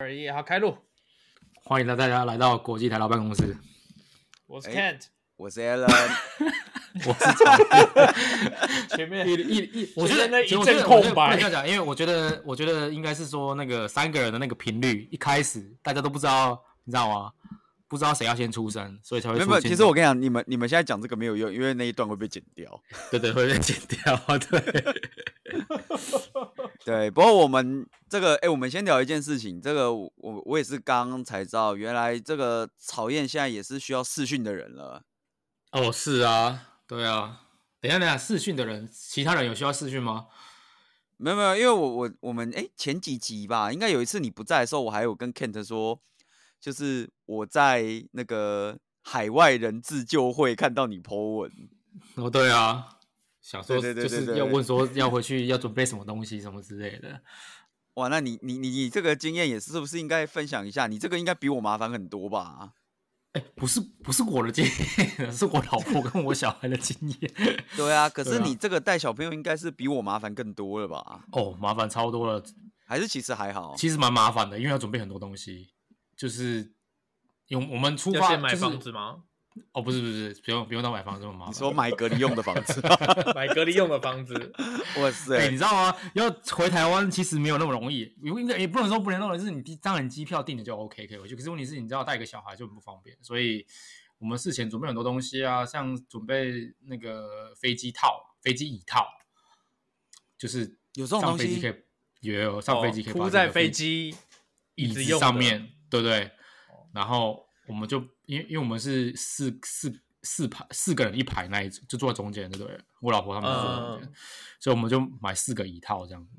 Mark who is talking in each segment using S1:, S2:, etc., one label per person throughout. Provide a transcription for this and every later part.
S1: 二一，好，开录。
S2: 欢迎大家来到国际台老办公 室，
S1: 我是
S3: 哎
S1: Kent，、
S3: 我是 Alan，
S2: 我是曹
S1: 前面
S2: 一一一，我觉
S1: 现
S2: 得
S1: 在一
S2: 其实我
S1: 阵
S2: 觉得
S1: 空
S2: 我觉得
S1: 白
S2: 不能这样讲，因为我觉得我觉得应该是说那个三个人的那个频率，一开始大家都不知道，你知道吗？不知道谁要先出声，所以才会
S3: 没有
S2: 出
S3: 没有，
S2: 现
S3: 其实我跟你讲，你们你们现在讲这个没有用，因为那一段会被剪掉。
S2: 对对会被剪掉，对
S3: 对，不过我们这个，哎、我们先聊一件事情，这个我我我也是刚才知道，原来这个曹燕现在也是需要试训的人了。
S2: 哦是啊，对啊。等一下等一下，试训的人，其他人有需要试训吗？
S3: 没有没有，因为我我我们哎、前几集吧，应该有一次你不在的时候，我还有跟 Kent 说，就是我在那个海外人自救会看到你 po 文，
S2: 哦对啊，想说
S3: 对对
S2: 就
S3: 对对
S2: 是
S3: 对
S2: 要问说要回去要准备什么东西什么之类的。
S3: 哇，那你你你你这个经验也是是不是应该分享一下？你这个应该比我麻烦很多吧？
S2: 哎，不是不是我的经验， 是我老婆跟我小孩的经验。
S3: 对啊，可
S2: 对
S3: 是
S2: 啊
S3: 你这个带小朋友应该是比我麻烦更多了吧？
S2: 哦，麻烦超多了，
S3: 还是其实还好？
S2: 其实蛮麻烦的，因为要准备很多东西，就是因为我们出
S1: 要
S2: 发
S1: 先买
S2: 就是
S1: 房子吗？
S2: 哦，不是不是，不用不用到买房子这么麻烦。
S3: 你说买隔离用的房 子，
S1: 买隔离用的房子，
S3: 哇
S2: 对，
S3: 塞
S2: 哎你！知道吗？要回台湾其实没有那么容易，因为应该也不能说不能容易，就是你机当然机票订的就 OK 可以回去，可是问题是你知道带个小孩就很不方便，所以我们事前准备很多东西啊，像准备那个飞机套、飞机椅套，就是
S3: 有这种
S2: 上
S3: 东
S2: 飞机
S3: 西哦
S2: 可以有有 上飞机可以把
S1: 哦铺
S2: 这
S1: 在
S2: 个
S1: 飞机
S2: 椅
S1: 子
S2: 子
S1: 用
S2: 上
S1: 的哦
S2: 面，对不对？然后我们就因为因为我们是四四四排四个人一排那一组，就坐在中间，对不对？我老婆他们就坐在中间，
S1: 嗯
S2: 所以我们就买四个椅套这样子，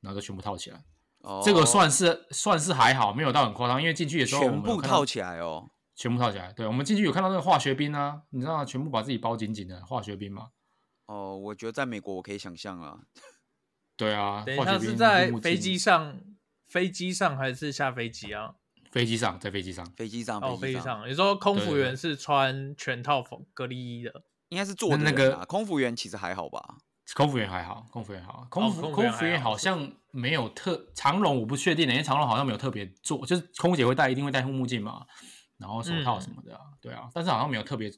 S2: 然后就全部套起来。
S3: 哦
S2: 这个算是算是还好，没有到很夸张，因为进去的时候我
S3: 全
S2: 们有
S3: 部
S2: 看到
S3: 套起来哦。
S2: 全部套起来。对，我们进去有看到那个化学兵啊，你知道，全部把自己包紧紧的化学兵嘛。
S3: 哦，我觉得在美国我可以想象啊，
S2: 对啊，
S1: 等一
S2: 化
S1: 下
S2: 学兵
S1: 是在
S2: 护目镜
S1: 飞机上，飞机上还是下飞机啊？
S2: 飞机上，在飞机上，
S3: 飞机上
S1: 哦，飞
S3: 机
S1: 机，上，你说空服
S2: 对对
S1: 员是穿全套服隔离衣的，
S3: 应该是坐的
S2: 那那
S3: 人啊
S2: 个
S3: 空服员其实还好吧？
S2: 空服员还好，空服员还好，空服、
S1: 哦空服员
S2: 空
S1: 还
S2: 服员
S1: 好
S2: 好
S1: 是
S2: 像没有特长龙，我不确定，因为长龙好像没有特别做，就是空姐会戴一定会戴护目镜嘛，然后手套什么的啊、对啊，但是好像没有特别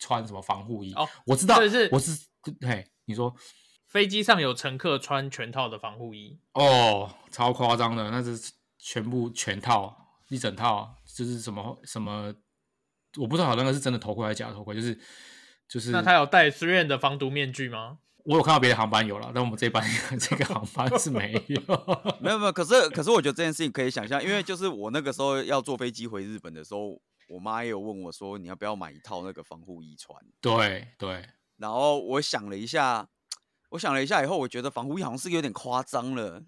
S2: 穿什么防护衣。
S1: 嗯哦
S2: 我知道，
S1: 对是
S2: 我是嘿，你说
S1: 飞机上有乘客穿全套的防护衣，
S2: 哦，超夸张的，那是全部全套一整套，就是什么什么，我不知道那个是真的头盔还是假的头盔，就是就是
S1: 那他有戴 s 院的防毒面具吗？
S2: 我有看到别的航班有了，但我们这班 这个航班是没有。
S3: 没有没有，可是可是我觉得这件事情可以想象，因为就是我那个时候要坐飞机回日本的时候，我妈也有问我说你要不要买一套那个防护衣穿。
S2: 对对，
S3: 然后我想了一下，我想了一下以后，我觉得防护衣好像是有点夸张了。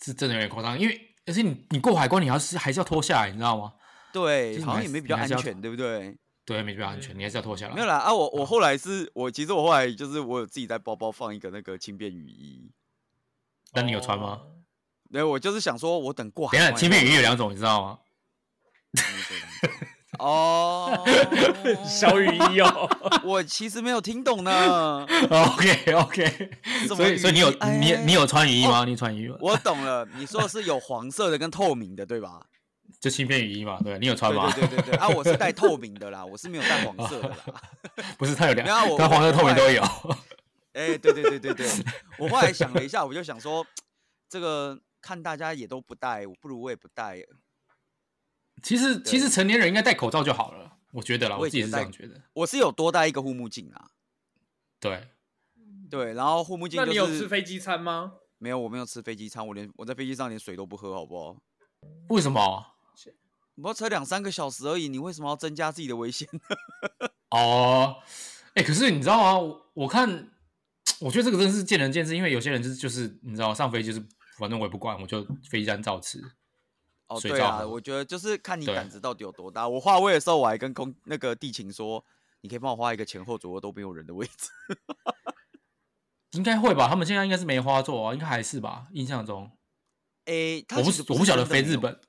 S2: 是真的有点夸张，因为而且你你过海关，你还是还是要脱下来，你知道吗？就
S3: 对，
S2: 是
S3: 好
S2: 你还
S3: 像也
S2: 是
S3: 没比较
S2: 你还
S3: 安
S2: 是要
S3: 全，对不对？
S2: 对，没必要安全，你还是要脱下来。
S3: 嗯没有啦啊，我我后来是我其实我后来就是我有自己在包包放一个那个轻便雨衣，
S2: 但你有穿吗？
S1: 哦？
S3: 对我就是想说我等过海
S2: 等一下，
S3: 关以后。
S2: 轻便雨衣有两种，你知道吗？
S3: 你说的哦，
S1: 小雨衣哦，
S3: 我其实没有听 懂呢，
S2: OK OK，
S3: 什么
S2: 所以所以你有
S3: 雨衣哎
S2: 你你有穿雨衣吗？你有穿雨衣吗？
S3: 我懂了，你说的是有黄色的跟透明的，对 吧？
S2: 就轻便雨衣嘛，对，你有穿
S3: 对
S2: 吗？
S3: 对对对对，啊，我是戴透明的啦，我是没有戴黄 色的啦。
S2: 不是，它有两
S3: 没有啊我，
S2: 它黄色、
S3: 我
S2: 透明都有。
S3: 哎、对对对对对，我后来想了一下，我就想说，这个看大家也都不戴，我不如我也不戴。
S2: 其实其实成年人应该戴口罩就好了，我觉得啦，
S3: 我
S2: 我
S3: 以
S2: 自己
S3: 前
S2: 是这样
S3: 戴
S2: 觉得。
S3: 我是有多戴一个护目镜啊，
S2: 对，
S3: 对，然后护目镜
S1: 那
S3: 就
S1: 你有吃
S3: 是
S1: 飞机餐吗？
S3: 没有，我没有吃飞机餐，我连我在飞机上连水都不喝，好不好？
S2: 为什么？
S3: 我要车两三个小时而已，你为什么要增加自己的危险？
S2: 哦，哎、可是你知道吗？我我看，我觉得这个真是见仁见智，因为有些人就是就是你知道，上飞机就是反正我也不管，我就飞机餐照吃。
S3: 哦，
S2: 水
S3: 对
S2: 照
S3: 啊，
S2: 喝
S3: 我觉得就是看你
S2: 对
S3: 胆子到底有多大。我化位的时候，我还跟空那个地勤说，你可以帮我画一个前后左右都没有人的位置。
S2: 应该会吧？他们现在应该是梅花座啊，应该还是吧？印象中，
S3: 哎、他
S2: 我
S3: 其
S2: 不
S3: 实
S2: 我
S3: 是
S2: 不晓得
S3: 真的
S2: 飞
S3: 没
S2: 日
S3: 有，
S2: 本，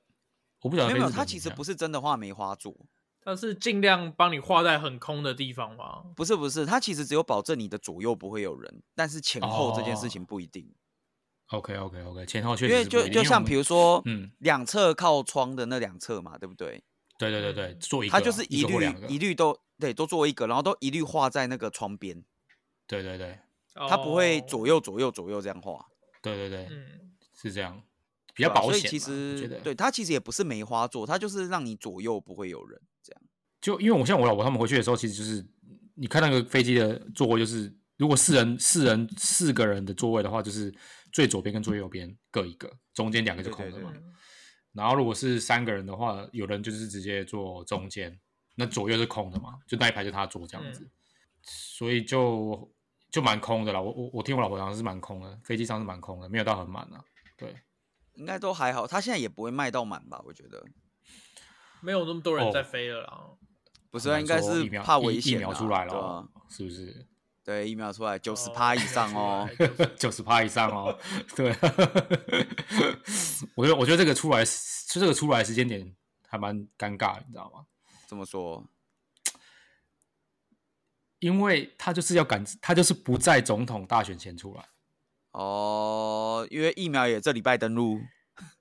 S2: 我不晓得
S3: 没
S2: 飞
S3: 有
S2: 日
S3: 没有，
S2: 本
S3: 他其实
S2: 怎么样
S3: 不是真的画梅花座。
S1: 他是尽量帮你画在很空的地方吗？
S3: 不是不是，它其实只有保证你的左右不会有人，但是前后这件事情不一定。
S2: OK OK OK，前哦后确
S3: 因
S2: 实
S3: 为
S2: 是
S3: 就
S2: 不一定
S3: 就像比如，说
S2: 因为我们嗯，
S3: 两侧靠窗的那两侧嘛，对不对？
S2: 对对对对，做一个
S3: 它
S2: 啊，
S3: 就是
S2: 一
S3: 一
S2: 个或
S3: 律
S2: 两个，
S3: 一律都对，都做一个，然后都一律画在那个窗边，
S2: 对对对
S1: 哦
S3: 它不
S2: 哦
S3: 会左
S1: 右，
S3: 右左右左右这样画，
S2: 对对对，
S1: 嗯，
S2: 是这样，比
S3: 比
S2: 较保
S3: 所以
S2: 险嘛。
S3: 其
S2: 我觉得
S3: 实对它其实也不是梅花座，它就是让你左右不会有人这样。
S2: 就因为我像我老婆他们回去的时候，其实就是你看那个飞机的座位，就是如果四人四人四个人的座位的话，就是最左边跟最右边各一个，中间两个就
S3: 对
S2: 空
S3: 对
S2: 的
S3: 对
S2: 嘛。
S1: 嗯
S2: 然后如果是三个人的话，有人就是直接坐中间，那左右是空的嘛，就那一排就他坐这样
S3: 嗯
S2: 子，所以就就蛮空的啦。我我我听我老婆讲是蛮空的，飞机上是蛮空的，没有到很满啊。对，
S3: 应该都还好，它现在也不会卖到满吧？我觉得
S1: 没有那么多人
S2: 哦
S1: 在飞了啦。
S3: 不是
S2: 很难
S3: 啊，应该
S2: 说
S3: 是
S2: 疫苗
S3: 怕
S2: 疫
S3: 危险、啊、
S2: 疫苗出来
S3: 对
S2: 了、哦
S3: 啊
S2: 是不是？
S3: 对，疫苗出来九十趴以上哦。
S1: 疫苗出来就是
S2: 九十趴以上哦， 对，我觉得我觉得这个出来是这个出来时间点还蛮尴尬的，你知道吗？
S3: 怎么说？
S2: 因为他就是要赶，他就是不在总统大选前出来。
S3: 哦，因为疫苗也这礼拜登录，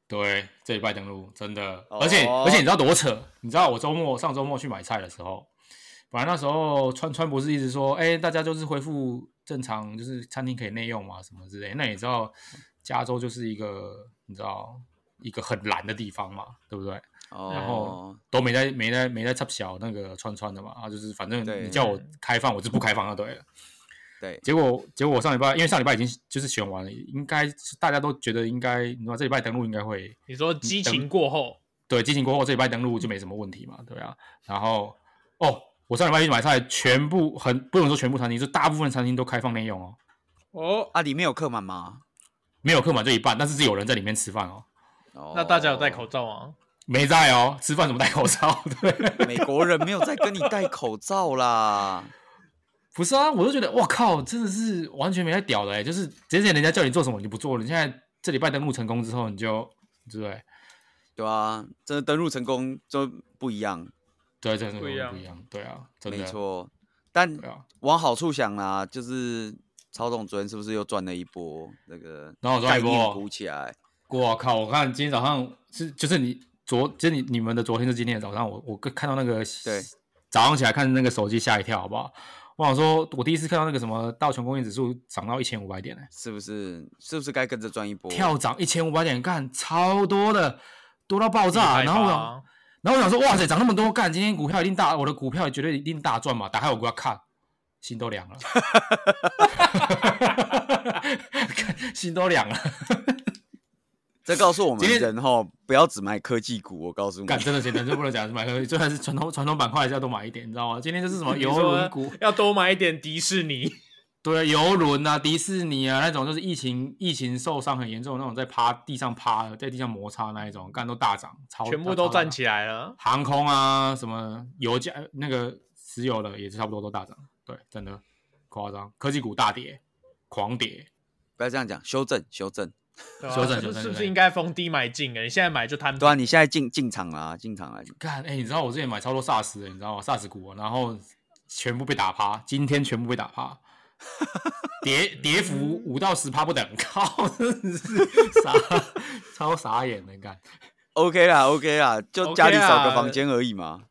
S2: 对，这礼拜登录，真的，
S3: 哦
S2: 而且而且你知道多扯？你知道我周末上周末去买菜的时候，本来那时候川川博士一直说，哎、大家就是恢复正常，就是餐厅可以内用嘛，什么之类。那你知道加州就是一个你知道一个很蓝的地方嘛，对不对？
S3: 哦，
S2: 然后都没在没在没在插小那个川川的嘛，啊，就是反正
S3: 对
S2: 你叫我开放，我就不开放就对了。
S3: 对，
S2: 结果结果我上礼拜因为上礼拜已经就是选完了，应该是大家都觉得应该，你知道这礼拜登录应该会
S1: 你说激情过后，
S2: 对，激情过后这礼拜登录就没什么问题嘛，对啊。然后哦，我上礼拜去买菜，全部很不能说全部餐厅，就大部分餐厅都开放内用哦，
S1: 哦，
S3: 啊，里面有客满吗？
S2: 没有客满就一半，但是是有人在里面吃饭哦，
S3: 哦，
S1: 那大家有戴口罩吗？
S2: 没在哦，吃饭怎么戴口罩？对。
S3: 美国人没有在跟你戴口罩啦。
S2: 不是啊，我就觉得哇靠，真的是完全没在屌的哎、就是之前人家叫你做什么你就不做了，你现在这礼拜登录成功之后你就对不对？
S3: 对啊，真的登录成功就不一样，
S2: 对，真的
S1: 不一
S2: 跟我
S1: 样
S2: 不一样，对啊，真的
S3: 没，错。但
S2: 对啊。
S3: 往好处想啦，就是曹董昨天是不是又赚了一波那个
S2: 然后我赚一
S3: 概念
S2: 波哦
S3: 鼓起来？
S2: 我靠，我看今天早上是就是你昨就是你你们的昨天是今天的早上，我我看到那个
S3: 对
S2: 早上起来看那个手机吓一跳，好不好？我想说，我第一次看到那个什么道琼工业指数涨到一千五百点呢、欸
S3: 是不是？是不是该跟着赚一波？
S2: 跳涨一千五百点，干超多的，多到爆炸。
S1: 厉害吧
S2: 啊
S1: 啊
S2: 然后我想，然后我想说，哇塞，涨那么多，干，今天股票一定大，我的股票绝对一定大赚嘛！打开我股票看，心都凉了， 看心都凉了，
S3: 这告诉我们
S2: 今天
S3: 人哈，不要只买科技股。我告诉你
S2: 干，，真的简单就不能讲是买科技，就算是传统传统板块还是要多买一点，你知道吗？今天就是什 么
S1: 你
S2: 游
S1: 说
S2: 轮股，
S1: 要多买一点迪士尼，
S2: 对啊，游轮啊，迪士尼啊那种，就是疫情疫情受伤很严重的那种，在趴地上趴的，在地上摩擦那一种，干都大涨，超
S1: 全部都站起来了。
S2: 航空啊，什么油价那个石油的也是差不多都大涨，对，真的夸张。科技股大跌，狂跌，
S3: 不要这样讲，修正修正。
S1: 对吧
S2: 修正
S1: 是
S2: 修正
S1: 是不
S2: 修
S1: 是
S2: 正
S1: 应该逢低买进啊？你现在买就摊
S3: 对啊，你现在进进场啦，进场啦。
S2: 看，哎、你知道我之前买超多 SARS 的，你知道吗？SARS 股，哦然后全部被打趴，今天全部被打趴， 跌跌幅五到十趴不等， 靠，真的是傻，超傻眼的，干。
S3: OK 啦，OK 啦，就家里
S1: OK 啊啦
S3: 找个房间而已嘛。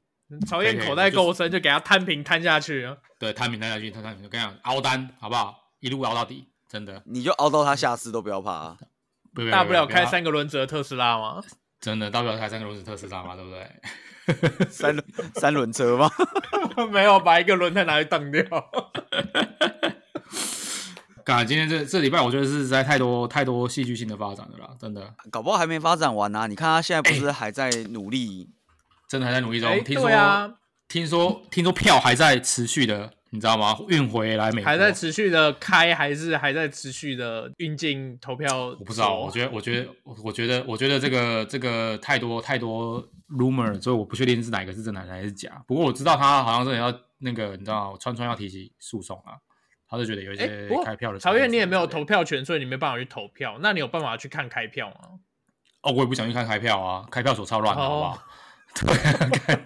S1: 曹燕口袋够深，就给他摊平摊下去啊。
S2: 对，摊平摊下去，摊摊平，我跟你讲，凹单好不好？一路凹到底，真的，
S3: 你就熬到它下市都不要怕、啊。
S2: 不
S1: 大不了开，
S2: 要要
S1: 三个轮子的特斯拉嘛。
S2: 真的大不了开三个轮子特斯拉嘛，对不对？
S3: 三轮三轮车吗？
S1: 没有把一个轮胎拿去当掉。
S2: 干，今天这这礼拜我觉得是实在太多太多戏剧性的发展了啦，真的，
S3: 搞不好还没发展完啊！你看他现在不是还在努力？
S2: 真的还在努力中。
S1: 哎，
S2: 听说、
S1: 对啊，
S2: 听说听说票还在持续的，你知道吗？运回来美国
S1: 还在，持续的开，还是还在持续的运进投票？
S2: 我不知道，我觉得我觉得我我觉得我觉得这个这个太多太多 rumor，所以我不确定是哪一个是真的还是假。不过我知道他好像真的要那个，你知道川川要提起诉讼啊，他就觉得有一
S1: 哎
S2: 些
S1: 不过
S2: 开票的，
S1: 曹燕，你也没有投。票权，所以你没办法去投票。那你有办法去看开票吗？
S2: 哦，我也不想去看开票啊，开票所超乱的，
S1: 哦
S2: 好不好？ 对啊，干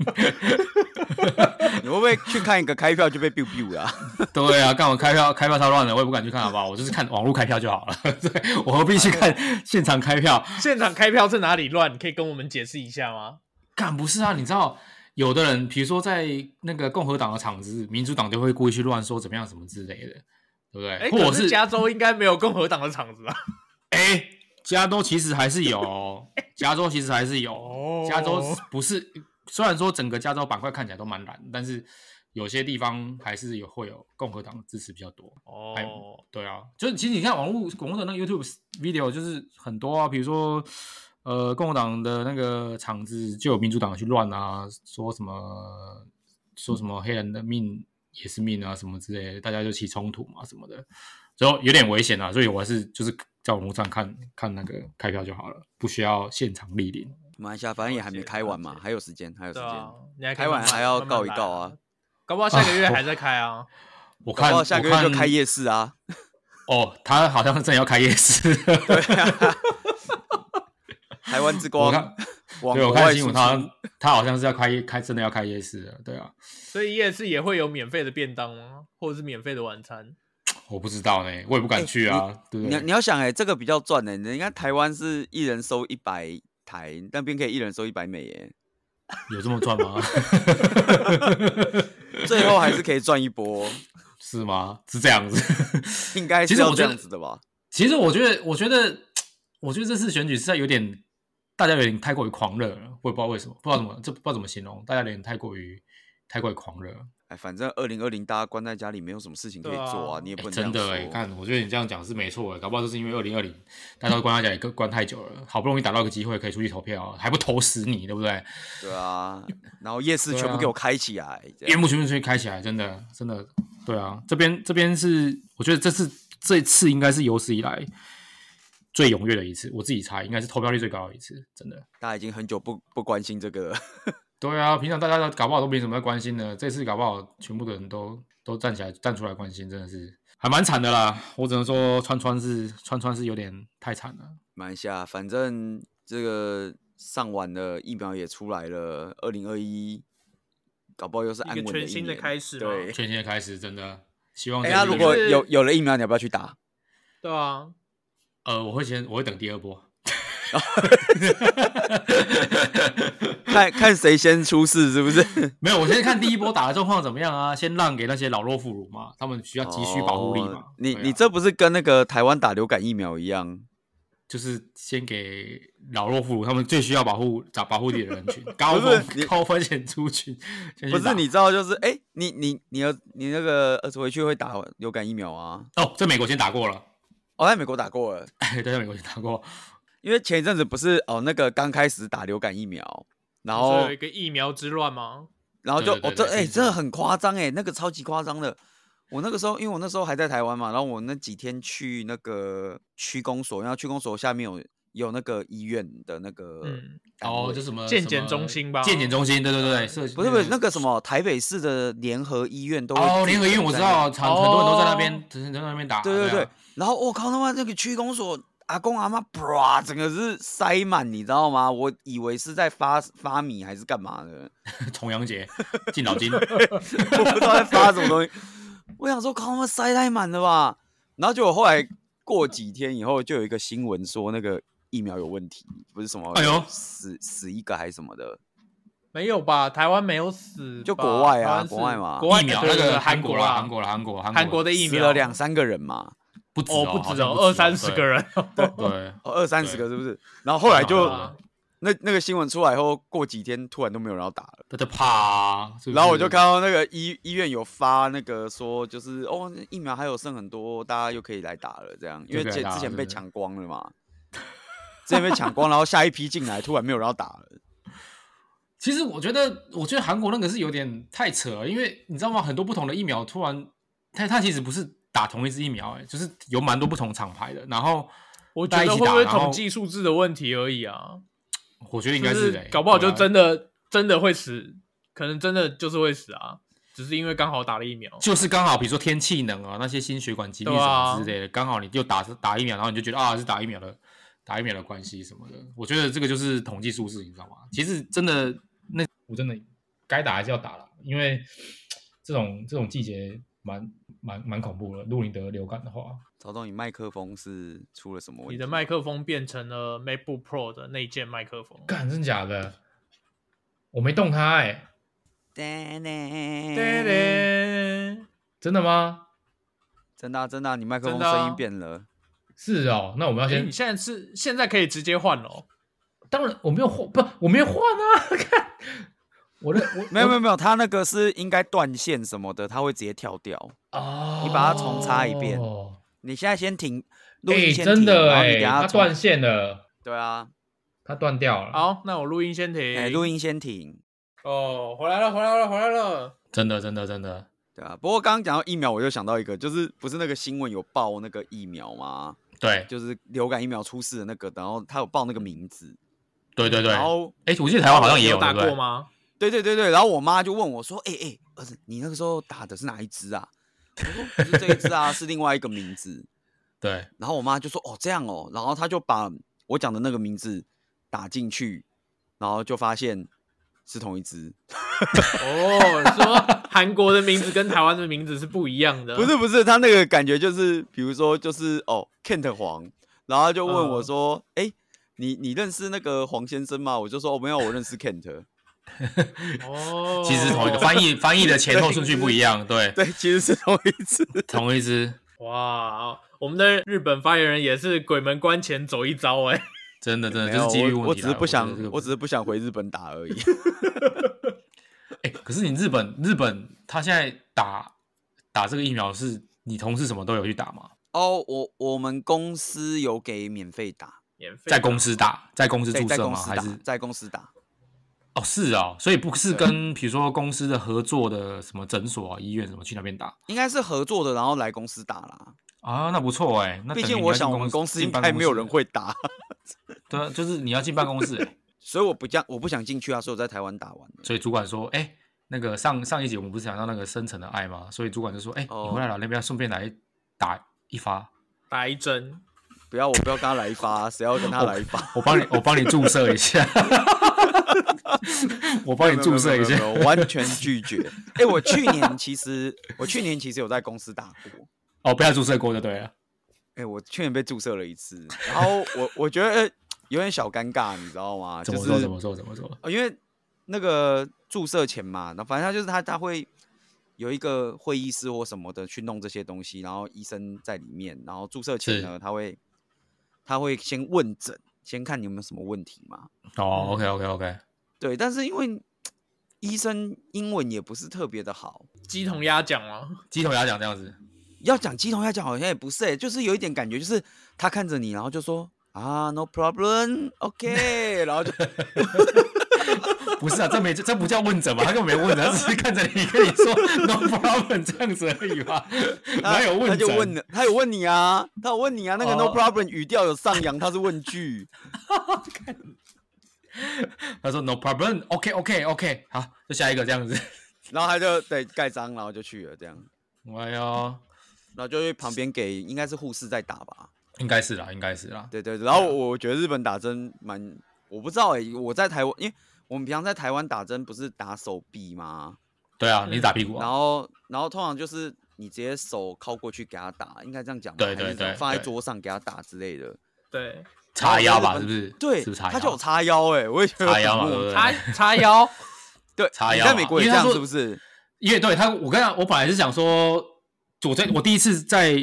S3: 你会不会去看一个开票就被 biu biu 了啊、
S2: 对啊，干我开票开票超乱的，我也不敢去看，好不好？我就是看网络开票就好了。 对，我何必去看现场开票？
S1: 现场开票是哪里乱？你可以跟我们解释一下 吗？
S2: 干不是啊，你知道有的人，比如说在那个共和党的场子，民主党就会故意去乱说怎么样什么之类的，对不对？
S1: 哎、
S2: 或
S1: 可
S2: 者
S1: 是加州应该没有共和党的场子啊。
S2: 哎，加州其实还是有哦，加州其实还是有
S1: 哦
S2: 哦，加州不是虽然说整个加州板块看起来都蛮蓝，但是有些地方还是有会有共和党支持比较多。还
S1: 哦，
S2: 对啊，就是其实你看网络网络的那个 YouTube video 就是很多啊，比如说呃共和党的那个场子就有民主党去乱啊，说什么说什么黑人的命也是命啊什么之类的，大家就起冲突嘛什么的，所以有点危险啊，所以我还是就是在网络上看看那个开票就好了，不需要现场莅临。
S3: 马来西亚反正也还没
S1: 了解
S3: 开完
S1: 了
S3: 嘛，
S1: 解
S3: 还有时间，还有时
S1: 对
S3: 间。
S1: 啊，你还可以
S3: 开完
S1: 慢慢
S3: 还要
S1: 慢慢
S3: 告一
S1: 来
S3: 告啊，
S1: 搞不好下个月还在开 啊。
S2: 我
S3: 搞
S2: 看
S3: 不好下个
S2: 我
S3: 月就
S2: 看
S3: 开夜市啊，
S2: 哦，他好像真的要开夜市。
S3: 啊 台湾之
S2: 我
S3: 光。
S2: 看，
S3: 往
S2: 对我
S3: 国
S2: 看
S3: 外
S2: 新闻，
S3: 输
S2: 他好
S3: 出
S2: 像他好像是要开开，真的要开夜市了。对啊，
S1: 所以夜市也会有免费的便当吗？或者是免费的晚餐？
S2: 我不知道呢，我也不敢去啊，对不
S3: 哎你要
S2: 对？
S3: 你要想哎、这个比较赚的、人家台湾是一人收一百台，那边可以一人收一百美耶、
S2: 有这么赚吗？
S3: 最后还是可以赚一波，
S2: 是吗？是这样子。
S3: 应该
S2: 其
S3: 是
S2: 实
S3: 要
S2: 我
S3: 这
S2: 觉
S3: 样
S2: 得
S3: 子的吧？
S2: 其实我觉得，我觉得，我觉得这次选举实在有点，大家有点太过于狂热了，我也不知道为什么，不知道怎么，这不知道怎么形容，大家有点太过于太过于狂热。
S3: 哎，反正二零二零大家关在家里，没有什么事情可以做
S1: 对
S3: 啊
S1: 啊，
S3: 你也
S2: 哎
S3: 不能这
S2: 真
S3: 样
S2: 的哎、
S3: 说。
S2: 看，我觉得你这样讲是没错哎、搞不好就是因为二零二零大家都关在家里关关太久了，好不容易打到一个机会可以出去投票，还不投死你，对不对？
S3: 对啊，然后夜市
S2: 对
S3: 全部
S2: 啊
S3: 给我开起来，这
S2: 夜
S3: 样
S2: 幕全面吹开起来，真的，真的，对啊，这边这边是，我觉得这次这次应该是有史以来最踊跃的一次，我自己猜应该是投票率最高的一次，真的。
S3: 大家已经很久不不关心这个了。
S2: 对啊，平常大家搞不好都没什么在关心的，这次搞不好全部的人都都站起来站出来关心，真的是还蛮惨的啦。我只能说川川是川川是有点太惨了。
S3: 马来西亚，反正这个上完了，疫苗也出来了，二零二一，搞不好又是
S1: 一
S3: 安
S1: 个
S3: 稳的
S1: 全
S3: 一
S1: 新的
S3: 年
S1: 开始嘛
S3: 对，
S2: 全新的开始，真的希望
S3: 哎、
S2: 这
S3: 那
S2: 次
S3: 如
S2: 有
S3: 果
S1: 就是
S3: 有有了疫苗，你要不要去打？
S1: 对啊，
S2: 呃，我会先我会等第二波。
S3: 看看谁先出事，是不是？
S2: 没有，我先看第一波打的状况怎么样啊， 先让给那些老弱妇孺嘛，他们需 要急需保护力嘛。
S3: 哦你
S2: 对啊
S3: 你这不是跟那个台湾打流感疫苗一样？
S2: 就是先给老弱妇孺他们最需要保护、找保护力的人 群，高风
S3: 你
S2: 高风险族群。先去
S3: 不是，
S2: 打
S3: 你知道就是哎、你你你要你那个儿子回去会打流感疫苗啊？
S2: 哦，在美国先打过了，
S3: 哦，在美国打过了，
S2: 对，在美国先打
S1: 哦
S2: 过。
S3: 因为前一阵子不是哦，那个刚开始打流感疫苗，然
S1: 所以
S3: 后
S1: 有一个疫苗之乱吗？
S3: 然后就
S2: 哦对对
S3: 哦，
S2: 对
S3: 这
S2: 对
S3: 哎、
S2: 是
S3: 真的
S2: 是
S3: 很夸张哎，那个超级夸张的。我那个时候，因为我那时候还在台湾嘛，然后我那几天去那个区公所，然后区公所下面有有那个医院的那个
S1: 嗯
S3: 单
S2: 哦，
S3: 位
S2: 就什么
S1: 健检
S2: 什么
S1: 中心吧
S2: 健检中心，对对对，社
S3: 嗯不是不是那
S2: 个
S3: 个什么台北市的联合医院都会
S2: 哦，
S3: 自己
S2: 联合医院
S3: 整
S2: 我知
S3: 在那
S2: 道，很很多人都在那边
S1: 哦，
S2: 很多人都在那边打。
S3: 对对
S2: 对
S3: 对
S2: 啊，，
S3: 然后我靠他妈那个区公所阿公阿妈，啪，整个是塞满，你知道吗？我以为是在发发米还是干 嘛的，
S2: 重阳节敬老金，
S3: 我不知道在发什么东西。我想说靠他妈塞太满了吧，然后结果后来过几天以后，就有一个新闻说那个疫苗有问题，不是什么，
S2: 哎呦
S3: 死死一个还是什么的，
S1: 没有吧？台湾没有死吧，
S3: 就国外啊
S1: 台湾是
S3: 国外嘛
S1: 国外
S2: 疫苗
S1: 对
S2: 那
S1: 对对
S2: 个
S1: 韩
S2: 韩国
S1: 啊
S2: 啦，韩国啦，韩国韩
S1: 韩国的疫
S3: 死
S1: 苗
S3: 了两三个人嘛，
S2: 不止
S1: 哦，不
S2: 好
S1: 止
S2: 像
S1: 哦，
S2: 止
S1: 二三十个。人，
S2: 对对，
S3: 哦二三十
S2: 对
S3: 个是不是？然后后来就
S2: 对啊
S3: 那那个新闻出来以后，过几天突然都没有人要打了。
S2: 大家怕啊，是不
S3: 然后我就是看到那个医医院有发那个说，就是哦那疫苗还有剩很多，大家又可以来打了，这样，因
S2: 又
S3: 为
S2: 可以
S3: 之
S2: 来打
S3: 之前
S2: 了
S3: 被
S2: 是不是
S3: 抢光了嘛，之前被抢光，然后下一批进来，突然没有人要打了，
S2: 其实我觉得，我觉得韩国那个是有点太扯了，因为你知道吗？很多不同的疫苗突然，它它其实不是打同一支疫苗、哎，就是有蛮多不同厂牌的。然后
S1: 我觉
S2: 大家
S1: 得
S2: 一
S1: 会不
S2: 起打
S1: 会
S2: 然后
S1: 统计数字的问题而已啊？
S2: 我觉得应
S1: 就
S2: 该
S1: 是
S2: 的、哎
S1: 搞不好就
S2: 对啊
S1: 真的真的会死，可能真的就是会死啊，只是因为刚好打了疫苗。
S2: 就是刚好，比如说天气冷啊，那些心血管疾病
S1: 对
S2: 什
S1: 啊
S2: 么之类的，刚好你就打打疫苗，然后你就觉得啊是打疫苗的，打疫苗的关系什么的。我觉得这个就是统计数字，你知道吗？其实真的那我真的该打还是要打了，因为这种这种季节蛮蛮蛮恐怖的。如果你得流感的话，
S3: 曹总，你麦克风是出了什么问题？
S1: 你的麦克风变成了 MacBook Pro 的内建麦克风。
S2: 干真假的，我没动它哎、
S1: 对嘞，
S2: 真的吗？
S3: 真的啊、真的啊、你麦克
S1: 真
S3: 风
S1: 的
S3: 声
S1: 啊
S3: 音变了，
S2: 是哦，那我们要
S1: 哎，
S2: 先
S1: 你，现在是现在可以直接换哦。
S2: 当然我没有换，不，我没有换啊，看我的我
S3: 没有没有没有，它那个是应该断线什么的，它会直接跳掉。
S2: 啊，
S3: 你把它重插一遍
S2: 哦
S3: 你现在先停，录
S2: 哎、
S3: 音先
S2: 真
S3: 停，
S2: 的
S3: 然后你
S2: 哎、
S3: 等
S2: 它
S3: 下重
S2: 断线了，
S3: 对啊，
S2: 它断掉了。
S1: 好，那我录音先
S3: 嗯哎，
S1: 停。
S3: 录音先停，
S1: 哦，回来了，回来了，回来了。
S2: 真的，真的，真的，
S3: 对啊。不过刚刚讲到疫苗，我就想到一个，就是不是那个新闻有报那个疫苗吗？
S2: 对，
S3: 就是流感疫苗出事的那个，然后他有报那个名字，
S2: 对对对。
S3: 然后
S2: 哎、我记得台湾好像也
S1: 你
S2: 有，
S1: 打
S2: 对不对
S1: 过？吗？
S3: 对对对对，然后我妈就问我说：“哎、哎、儿子，你那个时候打的是哪一支啊？”我说：“不是这一支啊，是另外一个名字。
S2: 对，”
S3: 然后我妈就说：“哦，这样哦。”然后她就把我讲的那个名字打进去，然后就发现是同一支。
S1: 哦，你说韩国的名字跟台湾的名字是不一样的。
S3: 不是不是，他那个感觉就是，比如说就是哦，Kent 黄，然后他就问我
S1: 嗯
S3: 说：“哎、你你认识那个黄先生吗？”我就说：“哦，没有，我认识 Kent。
S1: 哦，
S2: 其实是同一个翻译翻译的前后顺序不一样，对”，
S3: 对，其实是同一 支。
S2: 同一只，
S1: 哇，我们的日本发言人也是鬼门关前走一遭哎、
S2: 真的真的
S3: 没
S2: 这
S3: 有
S2: 是几率
S3: 我
S2: 问
S3: 我
S2: 题
S3: 只
S2: 啦。
S3: 是不想
S2: 觉得这个，
S3: 我只是不想回日本打 而已。
S2: 哎、可是你日本日本他现在打打这个疫苗是你同事什么都有去打吗？
S3: 哦，我我们公司有给免费打，
S1: 免费
S2: 在公司打，在公司
S3: 在
S2: 注
S3: 在
S2: 射
S3: 公
S2: 吗？
S3: 司
S2: 还
S3: 打
S2: 是，
S3: 在公司打，
S2: 哦是哦，所以不是
S3: 对
S2: 跟比如说公司的合作的什么诊所啊、医院什么去那边打
S3: 应该是合作的，然后来公司打啦。
S2: 啊？那不错哎、那
S3: 毕
S2: 等
S3: 竟
S2: 于你
S3: 我
S2: 要进
S3: 想我们公
S2: 公
S3: 司
S2: 进
S3: 应
S2: 办
S3: 该
S2: 公
S3: 没有
S2: 室
S3: 人会打，
S2: 对啊，就是你要进办公室、欸，
S3: 所以我不想我不想进去啊，所以我在台湾打完了。
S2: 所以主管说：“哎、那个上上一集我们不是讲到那个深层的爱吗？所以主管就说：‘哎、
S3: 哦
S2: 你回来了，那边顺便来打一发，
S1: 打一针，
S3: 不要我不要跟他来一发啊、谁要跟
S2: 哦
S3: 他来一发？
S2: 我帮你，我帮你注射一下， 我帮你注射一下
S3: 没。有没有没有没有我完全拒绝。 哎、我去年其实我去年其实有在公司打过，
S2: 哦，不要注射过就对了。
S3: 哎、我去年被注射了一次，然后我我觉得有点小尴尬，你知道吗？
S2: 怎
S3: 啊就
S2: 么
S3: 是
S2: 说？怎么说？怎么说？
S3: 哦，因为那个注射前嘛，那反正他就是他他会有一个会议室或什么的去弄这些东西，然后医生在里面，然后注射前呢，他会他会先问诊，先看你有没有什么问题嘛。
S2: 哦，OK OK
S3: 嗯
S2: OK，
S3: 对，但是因为医生英文也不是特别的好，
S1: 鸡同鸭讲哦吗？
S2: 鸡头鸭讲这样子，
S3: 要讲鸡同鸭讲好像也不是、欸，就是有一点感觉，就是他看着你，然后就说啊，no problem，OK，、然后 就
S2: 不是啊，这没这不叫问诊吧？他根本没问诊，他只是看着你跟你说 no problem 这样子而已 吧？ 哪有问诊？
S3: 啊他就问了，他有问你啊，他有问你啊，那个 no
S2: 哦
S3: problem 语调有上扬，他是问句，
S2: 他说 no problem，OK OK OK，好，就下一个这样子。
S3: 然后他就对盖章，然后就去了这样，
S2: 哎呦，
S3: 然后就去旁边给应该是护士在打吧，
S2: 应该是啦，应该是啦。
S3: 对对对，然后
S2: 啊
S3: 我觉得日本打针蛮，我不知道哎、我在台湾，因为我们平常在台湾打针不是打手臂吗？
S2: 对啊，你打屁股
S3: 然
S2: 啊？
S3: 后然后通常就是你直接手靠过去给他打，应该这样讲吧，
S2: 对对
S3: 还是怎么
S2: 对
S3: 放在
S2: 对
S3: 桌上给他打之类的，
S1: 对，
S2: 叉腰吧，
S3: 然后
S2: 是不是？
S3: 对，
S2: 是不是叉腰？
S3: 他就有叉腰哎、我也觉得
S2: 叉腰
S3: 很
S2: 嘛，
S3: 莫
S2: 对不对？
S1: 叉叉腰，
S3: 对，
S2: 叉
S3: 你
S2: 腰
S3: 在
S2: 嘛
S3: 美国也
S2: 因
S3: 这
S2: 为他
S3: 样
S2: 说
S3: 是不是？
S2: 因为对他，我跟他，我本来是想说，我在我第一次在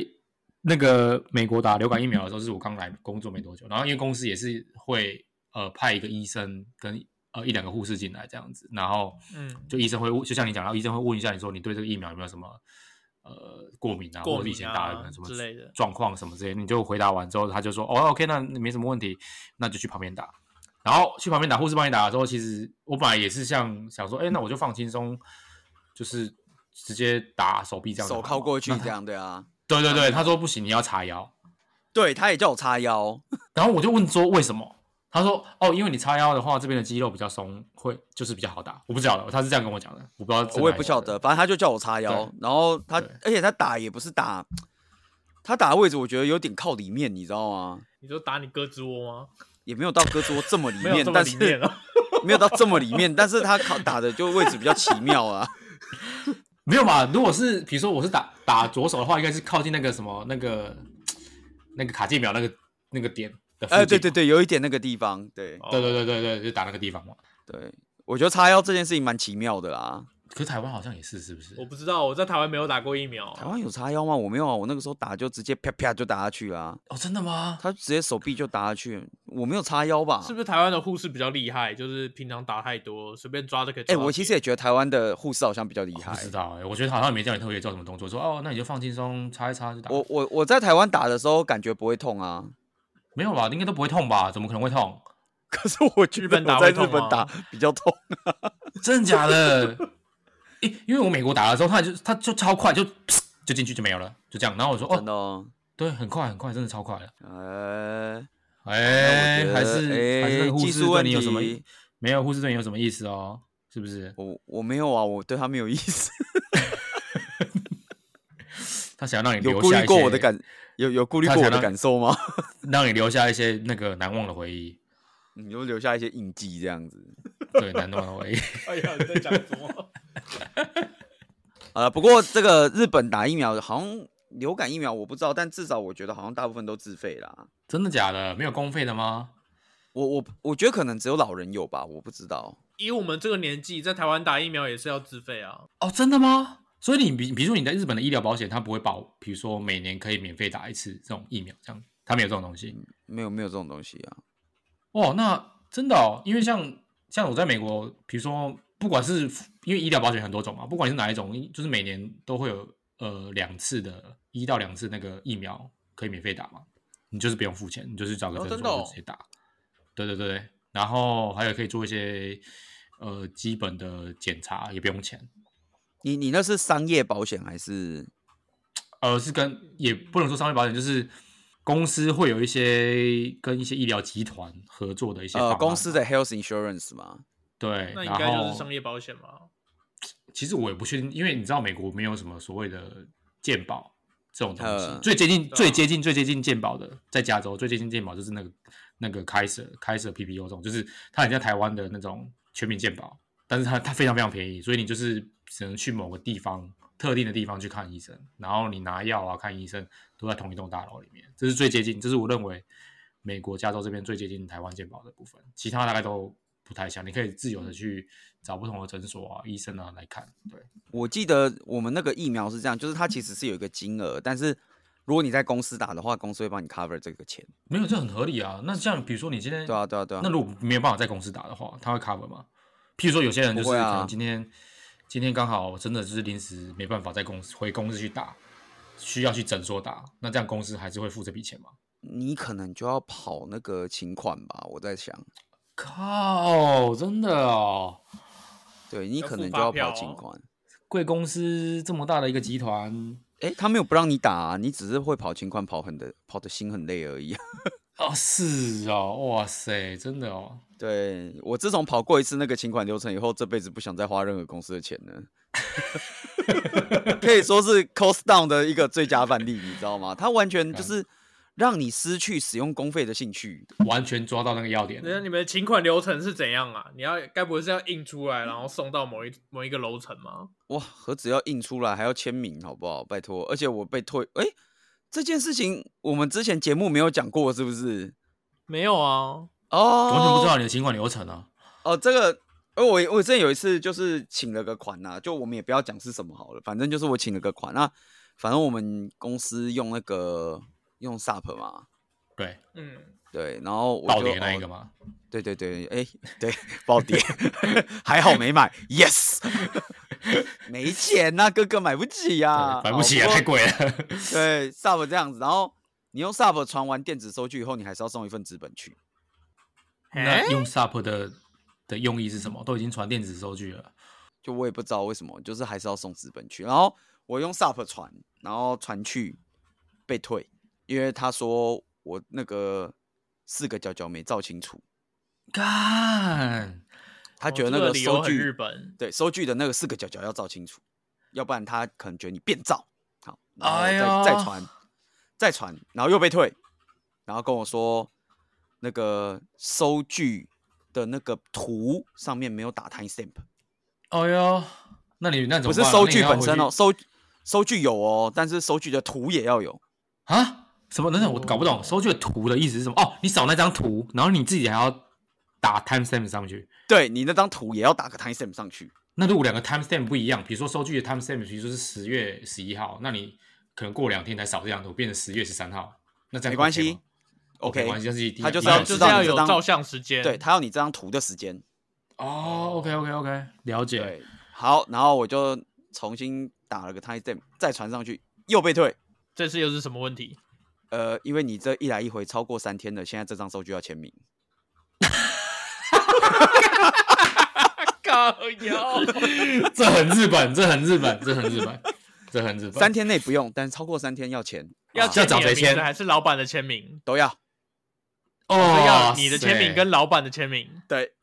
S2: 那个美国打流感疫苗的时候，是我刚来工作没多久，然后因为公司也是会呃派一个医生跟呃一两个护士进来这样子，然后
S1: 嗯，
S2: 就医生会问，就像你讲到，医生会问一下你说你对这个疫苗有没有什么呃过敏啊，
S1: 过敏啊
S2: 或者以前打的可能什么
S1: 之类的
S2: 状况什么之类的，你就回答完之后，他就说哦，OK，那没什么问题，那就去旁边打。然后去旁边打，护士帮你打的时候，其实我本来也是像想说，哎，那我就放轻松，就是直接打手臂这样就好
S3: 手
S2: 了，
S3: 靠过去
S2: 那
S3: 这。样对啊，
S2: 对对对，他说不行，你要叉腰。
S3: 对，他也叫我叉腰，
S2: 然后我就问说为什么？他说哦，因为你叉腰的话，这边的肌肉比较松，会就是比较好打。我不知道的，他是这样跟我讲的，我不知道真的
S3: 我也
S2: 还
S3: 不
S2: 是假
S3: 晓
S2: 的
S3: 得，反正他就叫我叉腰
S2: 对，
S3: 然后他
S2: 对
S3: 而且他打也不是打，他打的位置我觉得有点靠里面，你知道吗？
S1: 你说打你胳肢窝吗？
S3: 也没有到胳肢窝这么里
S1: 没有
S3: 面
S1: 这，么哦
S3: 但
S1: 里面
S3: 是
S1: 了，
S3: 没有到这么里面，但是他考打的就位置比较奇 妙啊。
S2: 没有吧？如果是比如说我是打打左手的话，应该是靠近那个什么那个那个卡介苗那个那个点的附近。
S3: 呃，对对对，有一点那个地方，对
S2: 对
S1: 哦
S2: 对对对对，就打那个地方嘛。
S3: 对，我觉得叉腰这件事情蛮奇妙的啦。
S2: 可是台湾好像也是，是不是
S1: 我？不知道，我在台湾没有打过疫苗
S2: 哦
S3: 台，湾有叉腰吗？我没有啊，我那个时候打就直接啪啪就打下去啦、
S2: 哦，真的吗？
S3: 他直接手臂就打下去，我没有叉腰吧？
S1: 是不是台湾的护士比较厉害？就是平常打太多，随便抓就可以抓
S3: 哎、
S1: 到别人。
S3: 我其实也觉得台湾的护士好像比较厉
S1: 哦
S2: 不
S3: 害。
S2: 知道哎、我觉得好像也没叫你特别做什么动作，说哦，那你就放轻松，擦一擦就打。
S3: 我我我在台湾打的时候感觉不会痛啊，
S2: 没有吧？应该都不会痛吧？怎么可能会痛？
S3: 可是我觉
S1: 本
S3: 得
S1: 打
S3: 我在
S1: 会痛
S3: 日本打比较痛。
S2: 真的假的？因因为我美国打的时候，他就他就超快，就就进去就没有了，就这样。然后我说
S3: 真
S2: 哦，
S3: 的、哦，
S2: 对，很快很快，真的超快了。
S3: 呃，
S2: 哎、
S3: 那我觉得
S2: 还是、
S3: 哎
S2: 还是那个护
S3: 技
S2: 士
S3: 术
S2: 对
S3: 问
S2: 你有什么
S3: 题？
S2: 没有护士对你有什么意思哦？是不是？
S3: 我我没有啊，我对他没有意思。
S2: 他想要让你
S3: 有
S2: 留
S3: 顾
S2: 下
S3: 虑
S2: 一
S3: 过
S2: 些
S3: 我的，感，有有顾虑
S2: 他
S3: 过我
S2: 想
S3: 的
S2: 让
S3: 感受吗？
S2: 让你留下一些那个难忘的回忆，
S3: 你就留下一些印记这样子。
S2: 对，难忘的回忆。
S1: 哎呀，你在讲什么？
S3: 啊，不过这个日本打疫苗好像流感疫苗我不知道，但至少我觉得好像大部分都自费啦。
S2: 真的假的？没有公费的吗？
S3: 我我我觉得可能只有老人有吧，我不知道。
S1: 以我们这个年纪，在台湾打疫苗也是要自费啊。
S2: 哦，真的吗？所以你比比如说你在日本的医疗保险，它不会保，比如说每年可以免费打一次这种疫苗，这样它没有这种东西。
S3: 没有没有这种东西啊，
S2: 哦，那真的哦，因为像像我在美国，比如说不管是因为医疗保险很多种嘛，不管是哪一种，就是每年都会有呃两次的一到两次那个疫苗可以免费打嘛，你就是不用付钱，你就是找个
S3: 哦
S2: 诊
S3: 真的
S2: 所就
S3: 哦
S2: 直接打。对对对，然后还有可以做一些呃基本的检查，也不用钱。
S3: 你你那是商业保险还是？
S2: 呃，是跟也不能说商业保险，就是公司会有一些跟一些医疗集团合作的一些方
S3: 呃，
S2: 案
S3: 公司
S2: 嘛
S3: 的 health insurance 吗？
S2: 对，
S1: 那应
S2: 然
S1: 该就
S2: 后
S1: 是商业保险嘛。
S2: 其实我也不确定，因为你知道美国没有什么所谓的健保这种东西，
S3: 呃
S2: 最接近、
S1: 对啊
S2: 最接近、最接近健保的，在加州最接近健保就是那个那个开设开设 PPO 这种，就是它很像台湾的那种全民健保，但是它它非常非常便宜，所以你就是只能去某个地方特定的地方去看医生，然后你拿药啊看医生都在同一栋大楼里面，这是最接近，这是我认为美国加州这边最接近台湾健保的部分，其他大概都。不太像，你可以自由的去找不同的诊所啊、医生啊来看，对。
S3: 我记得我们那个疫苗是这样，就是它其实是有一个金额，但是如果你在公司打的话，公司会帮你 cover 这个钱。
S2: 没有，这很合理啊。那像比如说你今天，
S3: 对啊，对啊，对啊
S2: 那。如果没有办法在公司打的话，他会 cover 吗？譬如说有些人就是
S3: 不
S2: 可
S3: 会啊
S2: 能今天、今天刚好真的就是临时没办法在公司回公司去打，需要去诊所打，那这样公司还是会付这笔钱吗？
S3: 你可能就要跑那个请款吧，我在想，
S2: 靠，真的哦，
S3: 对你
S1: 要
S3: 可
S1: 付
S3: 能就
S1: 发
S3: 要
S1: 票
S3: 跑请
S1: 哦
S3: 款。
S2: 贵公司这么大的一个集团，
S3: 诶，他没有不让你打、啊，你只是会跑情况，跑很的，跑的心很累而已啊。
S2: 哦，是哦，哇塞，真的哦，
S3: 对我自从跑过一次那个请款流程以后，这辈子不想再花任何公司的钱了， 可以说是 cost down 的一个最佳范例，你知道吗？它完全就是让你失去使用公费的兴趣。
S2: 完全抓到那个要点
S1: 等一下
S2: 了。
S1: 你们请款流程是怎样啊？你要该不会是要印出来，然后送到某一某一个楼层吗？
S3: 哇，何止要印出来，还要签名，好不好？拜托，而且我被退，诶，这件事情我们之前节目没有讲过，是不是？
S1: 没有啊，
S3: 哦，
S2: 完全不知道你的情况流程啊。
S3: 哦，这个，呃，我我之前有一次就是请了个款呐、就我们也不要讲是什么好了，反正就是我请了个款。那反正我们公司用那个用 SAP 嘛，
S2: 对，
S1: 嗯，
S3: 对，然后我
S2: 爆
S3: 就
S2: 点那一
S3: 哦
S2: 个嘛，
S3: 对对对，哎、对，爆点， 还好没买，yes，没钱呐、哥哥买不起呀、
S2: 对买不起啊，
S3: 好
S2: 太
S3: 过
S2: 贵了。
S3: 对，sub 这样子，然后你用 sub 传完电子收据以后，你还是要送一份纸本去。
S1: 哎
S2: 那用 SUP 的的用意是什么？都已经传电子收据了，
S3: 就我也不知道为什么，就是还是要送资本去。然后我用 SUP 传，然后传去被退，因为他说我那个四个角角没照清楚，
S2: 干
S3: 他觉得
S1: 哦
S3: 那
S1: 这
S3: 个
S1: 理由
S3: 收
S1: 很
S3: 据、
S1: 日本，
S3: 对收据的那个四个角角要照清楚，要不然他可能觉得你变造。好，然后
S2: 哎
S3: 再、
S2: 呀
S3: 再传，再传，然后又被退，然后跟我说那个收据的那个图上面没有打 timestamp，
S2: 哦哟，那你那怎
S3: 不
S2: 么
S3: 是
S2: 办啊
S3: 收据本身
S2: 那你要
S3: 哦，
S2: 回去
S3: 收收据有哦，但是收据的图也要有。
S2: 啊？什么？等等，我搞不懂收据的图的意思是什么？哦，你扫那张图，然后你自己还要打 timestamp 上去。
S3: 对你那张图也要打个 timestamp 上去，
S2: 那如果两个 timestamp 不一样，比如说收据的 timestamp，比如说是十月十一号，那你可能过两天才扫这张图，变成十月十三号，那这样
S3: 没关系
S2: OK 吗没关系，这是一定
S3: 他就
S2: 一
S3: 是
S2: 定
S3: 要
S1: 啊
S2: 的
S1: 就是
S3: 知道
S1: 要
S3: 你这
S1: 有
S3: 张
S1: 照相时间，
S3: 对他要你这张图的时间。
S2: 哦，OK OK OK，了解。
S3: 对，好，然后我就重新打了个 timestamp，再传上去又被退。
S1: 这次又是什么问 题？
S3: 呃，因为你这一来一回超过三天了，现在这张收据要签名。
S1: 靠腰，
S2: 这很日本，这很日本，这很日本，这很日本。
S3: 三天内不用，但是超过三天要钱，
S1: 要
S3: 啊
S1: 签
S2: 找
S1: 你的
S2: 谁
S1: 名字
S2: 签
S1: 还是老板的签名？
S3: 都要。
S1: 是要
S2: 哦，
S1: 你的签名跟老板的签名。
S3: 对，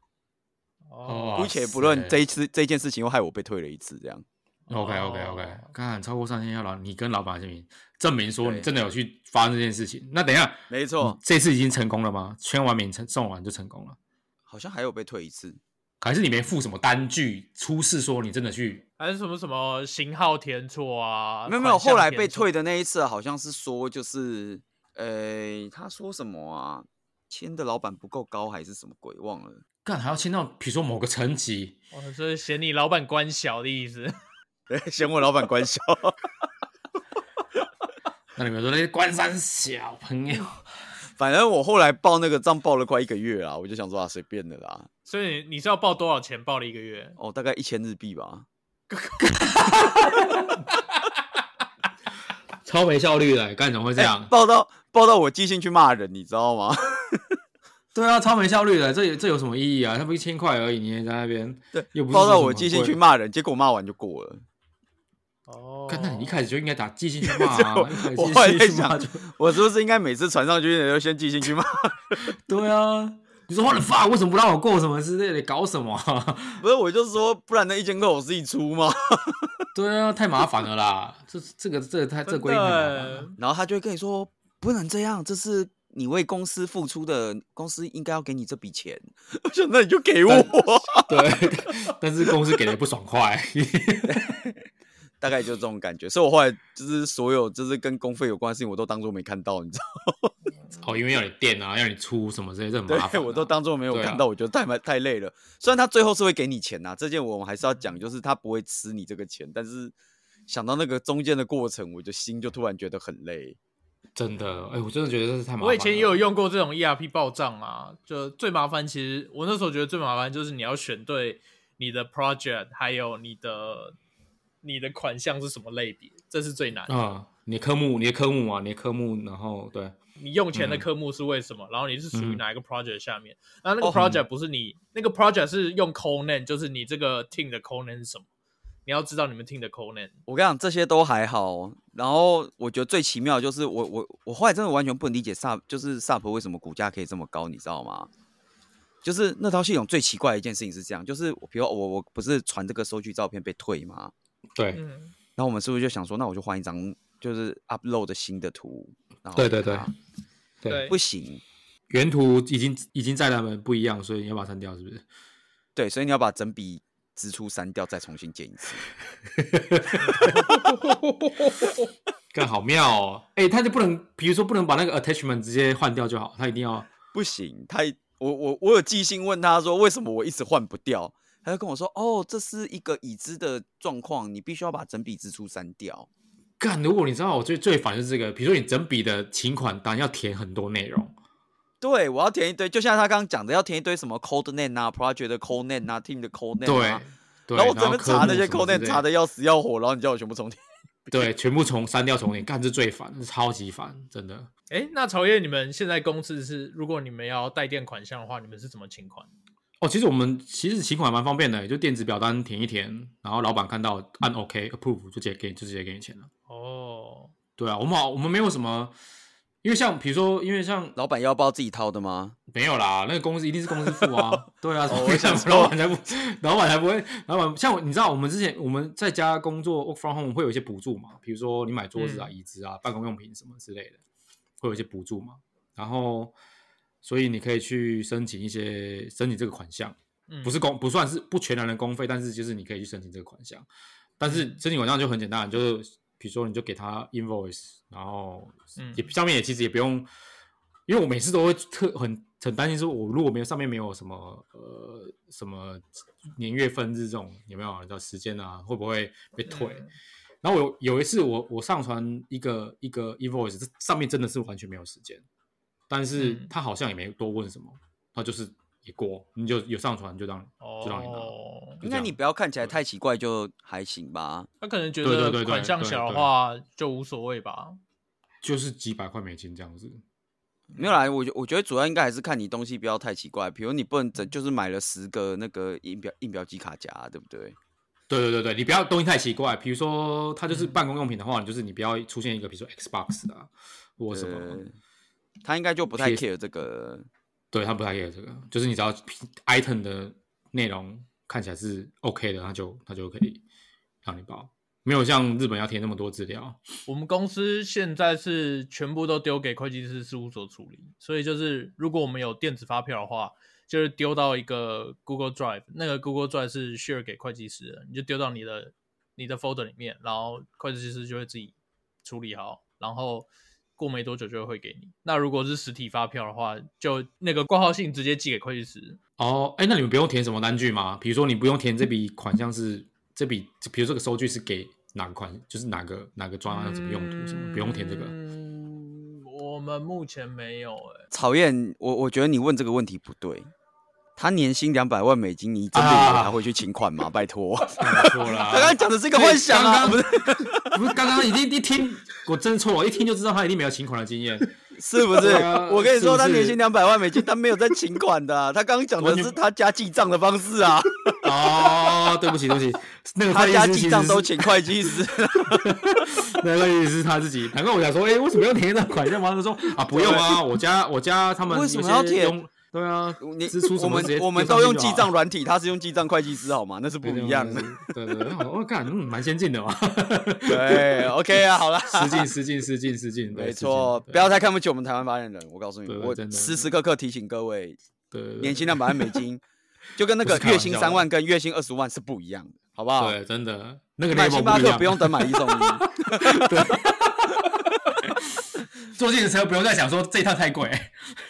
S2: 哦，
S3: 姑且不论这一次这一件事情又害我被退了一次，这样
S2: OK OK OK，
S1: 哦
S2: 看超过三千要老，你跟老板签名，证明说你
S3: 对
S2: 真的有去发生这件事情。那等一下，
S3: 没错，
S2: 这次已经成功了吗？签完名成送完就成功了，
S3: 好像还有被退一次。
S2: 还是你没附什么单据出示说你真的去？
S1: 还是什么什么型号填错啊？
S3: 没有没有，
S1: 款项
S3: 后来被
S1: 填错
S3: 退的那一次好像是说就是，呃，他说什么啊？签的老板不够高还是什么鬼？忘了。
S2: 干还要签到，比如说某个层级，
S1: 哦，这是嫌你老板官小的意思。
S3: 对，嫌我老板官小。
S2: 那你们说那些关山小朋友，
S3: 反正我后来报那个账报了快一个月啦，我就想说啊，随便的啦。
S1: 所以你是要报多少钱？报了一个月，
S3: 哦，大概一千日币吧。
S2: 超没效率的，干怎么会这样？
S3: 报到报到，我寄信去骂人，你知道吗？
S2: 对啊，超没效率的，这这有什么意义啊？他不一千块而已，你也在那边，
S3: 对，
S2: 又不是
S3: 报到
S2: 说什
S3: 我
S2: 么
S3: 寄
S2: 很
S3: 信
S2: 贵
S3: 去骂人，结果骂完就过了。
S1: 哦，
S2: 干，那你一开始就应该打寄信去骂
S3: 就
S2: 啊！一开始
S3: 我
S2: 寄
S3: 后来
S2: 信
S3: 在
S2: 去骂
S3: 想
S2: 就
S3: 我是不是应该每次传上去就先寄信去骂？
S2: 对啊，你说我的发为什么不让我过什么之类的，搞什么啊、
S3: 不是，我就说，不然那一千块我自己出吗？
S2: 对啊，太麻烦了啦！这这个这个太这个规定太麻烦
S1: 欸
S2: 了。
S3: 然后他就会跟你说，不能这样，这是你为公司付出的，公司应该要给你这笔钱。 我想，那你就给我
S2: 但
S3: 啊，
S2: 对， 但是公司给的不爽快。
S3: 大概就这种感觉。所以我后来就是所有就是跟公费有关的事情，我都当做没看到，你知道吗？
S2: 哦，因为要你垫啊，要你出什么之类，这很麻
S3: 对，
S2: 烦啊、
S3: 我都当做没有
S2: 对啊
S3: 看到，我觉得太麻太累了。虽然他最后是会给你钱呐、这件我们还是要讲，就是他不会吃你这个钱，但是想到那个中间的过程，我就心就突然觉得很累。
S2: 真的，哎、我真的觉得这是太麻烦了。
S1: 我以前也有用过这种 ERP 报账啊，就最麻烦。其实我那时候觉得最麻烦就是你要选对你的 project，还有你的你的款项是什么类别，这是最难的。
S2: 嗯，你的科目，你的科目啊，你的科目，然后对，
S1: 你用钱的科目是为什么，然后你是属于
S2: 嗯
S1: 哪一个 project 下面。那那个
S3: 哦
S1: project 不是你、那个 project 是用 call name，就是你这个 team 的 call name 是什么？你要知道你们 team 的 call name。
S3: 我跟你讲，这些都还好。然后我觉得最奇妙的就是我我我后来真的完全不能理解 SUP 就是 SUP 为什么股价可以这么高，你知道吗？就是那套系统最奇怪的一件事情是这样，就是我比如我我不是传这个收据照片被退吗？
S2: 对，
S1: 嗯，
S3: 然后我们是不是就想说，那我就换一张就是 upload 新的图？然后
S2: 对
S3: 给
S2: 对对
S3: 他
S2: 对
S1: 对
S3: 不，行，
S2: 原图已经已经在他们不一样，所以你要把它删掉，是不是？
S3: 对，所以你要把整笔支出删掉，再重新建一次。
S2: 干好妙哦！ 哎、他就不能，比如说不能把那个 attachment 直接换掉就好，他一定要
S3: 不行，他一我我我有寄信问他说，为什么我一直换不掉？他就跟我说，哦，这是一个已知的状况，你必须要把整笔支出删掉。
S2: 干。如果你知道我最最烦就是这个，比如说你整笔的请款单要填很多内容，
S3: 对，我要填一堆，就像他刚刚讲的，要填一堆什么 code name 啊，project 的 code name 啊，team 的 code
S2: 对
S3: name 啊。
S2: 对，
S3: 然后我
S2: 整
S3: 整
S2: 个
S3: 个查那些 code name 查
S2: 的
S3: 的要死要活，然后你叫我全部重填。
S2: 对，全部重删掉重点，干这最烦，这超级烦，真的。
S1: 哎，那曹烨，你们现在公司是，如果你们要带电款项的话，你们是怎么请款？
S2: 哦，其实我们其实请款蛮方便的，就电子表单填一填，然后老板看到按 OK approve 就直接给你就直接给你钱了。
S1: 哦，
S2: 对啊，我们好，我们没有什么，因为像比如说，因为像
S3: 老板要包自己掏的吗？
S2: 没有啦，那个公司一定是公司付 啊，对啊，
S3: 哦
S2: 所
S3: 我
S2: 以
S3: 想说
S2: 老板才不，老板才不会，老板像我，你知道我们之前我们在家工作 work from home 会有一些补助嘛，比如说你买桌子啊、
S1: 嗯
S2: 椅子啊、办公用品什么之类的，会有一些补助嘛。然后，所以你可以去申请一些申请这个款项，
S1: 嗯
S2: 不是公不算是不全然的公费，但是就是你可以去申请这个款项。但是
S1: 嗯
S2: 申请款项就很简单，就是比如说你就给他 invoice，然后
S1: 嗯
S2: 也上面也其实也不用，因为我每次都会特很很担心，说我如果没有上面没有什么呃什么年月份日这种有没有叫时间啊，会不会被退？
S1: 嗯
S2: 然后我有有一次我我上传一个一个 invoice，这上面真的是完全没有时间，但是
S1: 嗯
S2: 他好像也没多问什么，他就是也过，你就有上传就让就让你拿。
S1: 嗯哦，
S2: 就
S3: 应
S2: 这
S3: 该
S2: 样
S3: 你不要看起来太奇怪，就还行吧。
S1: 他可能觉
S2: 对对
S1: 得
S2: 对对
S1: 款项
S2: 对
S1: 小的
S2: 对
S1: 话就无所谓吧。
S2: 就是几百块美金这样子。
S3: 没有啦，我觉我觉得主要应该还是看你东西不要太奇怪，比如你不能整就是买了十个那个印表印表机卡夹，啊对不对？
S2: 对对对对，你不要东西太奇怪，比如说它就是办公用品的话，你就是你不要出现一个比如说 Xbox 啊或什么，
S3: 呃他应该就不太
S2: PS
S3: care 这个。
S2: 对他不太 care 这个，就是你只要 item 的内容看起来是 OK 的，他就他就可以让你报，没有像日本要填那么多资料。
S1: 我们公司现在是全部都丢给会计师事务所处理，所以就是如果我们有电子发票的话，就是丢到一个 Google Drive，那个 Google Drive 是 share 给会计师的，你就丢到你的你的 folder 里面，然后会计师就会自己处理好，然后过没多久就会汇给你。那如果是实体发票的话，就那个挂号信直接寄给会计师。
S2: 哦，哎，那你们不用填什么单据吗？比如说你不用填这笔款项是这笔，比如这个收据是给哪个款，就是哪个哪个专案什么用途什么，不用填 这个。
S1: 嗯，我们目前没有哎、
S3: 讨厌，我我觉得你问这个问题不对。他年薪两百万美金，你真的以为他会去请款吗？拜托，
S2: 没错啦，
S3: 刚刚讲的是一个幻想
S2: 啊
S3: 啊，
S2: 刚刚
S3: 不是
S2: 不是刚刚一定一听，我真错了，一听就知道他一定没有请款的经验。
S3: 是不是
S2: 对啊？
S3: 我跟你
S2: 是不
S3: 说，
S2: 是
S3: 他年薪两百万美金，他没有在请款的啊、他刚刚讲的
S2: 完全
S3: 是他家记账的方式 啊，
S2: 哦，对不起，对不起，那个
S3: 他
S2: 会计
S3: 家
S2: 师
S3: 记
S2: 其
S3: 账
S2: 实
S3: 都
S2: 是
S3: 请会计师。
S2: 那个意思是他自己。难怪我想说，哎，为什么要填那款项？王他说啊，不用啊，我家我家他们
S3: 为什么要
S2: 有些
S3: 填
S2: 用？对啊，
S3: 你
S2: 支出什
S3: 我
S2: 么直接
S3: 们我们
S2: 丢
S3: 都
S2: 上去就
S3: 用记
S2: 好
S3: 账软体，他是用记账会计师好吗？那是不一样的。。
S2: 对对对对对，我看嗯，蛮先进的嘛，
S3: 对，OK 啊，好啦，
S2: 失敬失敬失敬失敬，对
S3: 没错，不。要太看不起我们台湾发言人。我告诉你，
S2: 对
S3: 我
S2: 真的
S3: 时时刻刻提醒各位，
S2: 失敬对对对
S3: 年薪两百万美 金，就跟那
S2: 不
S3: 个
S2: 是开
S3: 月
S2: 玩
S3: 薪
S2: 笑
S3: 三
S2: 的
S3: 万跟月薪二十万是不一样的，好不好？
S2: 对，真的那个
S3: 买
S2: level
S3: 星巴
S2: 一
S3: 克
S2: 样
S3: 不用等买一 送一，
S2: 坐计程车，不用再想说这一趟太贵。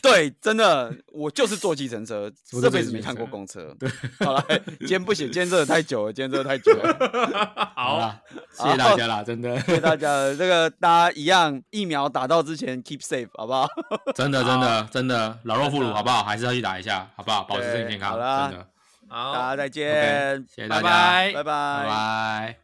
S3: 对，真的，我就是坐计程车，
S2: 我就
S3: 这
S2: 坐
S3: 辈子
S2: 计
S3: 没
S2: 程
S3: 看过
S2: 车
S3: 公车。对，好了，今天不行，今天真的太久了，今天真的太久了。
S2: 好啦，谢谢大家啦，真的，
S3: 谢谢大家，这个大家一样，疫苗打到之前 keep safe，好不好？
S2: 真的，真的，真的，老弱妇
S1: 真
S2: 孺，
S1: 的
S2: 好不好？还是要去打一下，好不好？保持身体健
S3: 好
S2: 康，
S3: 啦
S2: 真的，
S1: 好
S3: 大家再见，
S2: 谢谢大家，
S1: 拜
S3: 拜拜。
S2: 拜拜。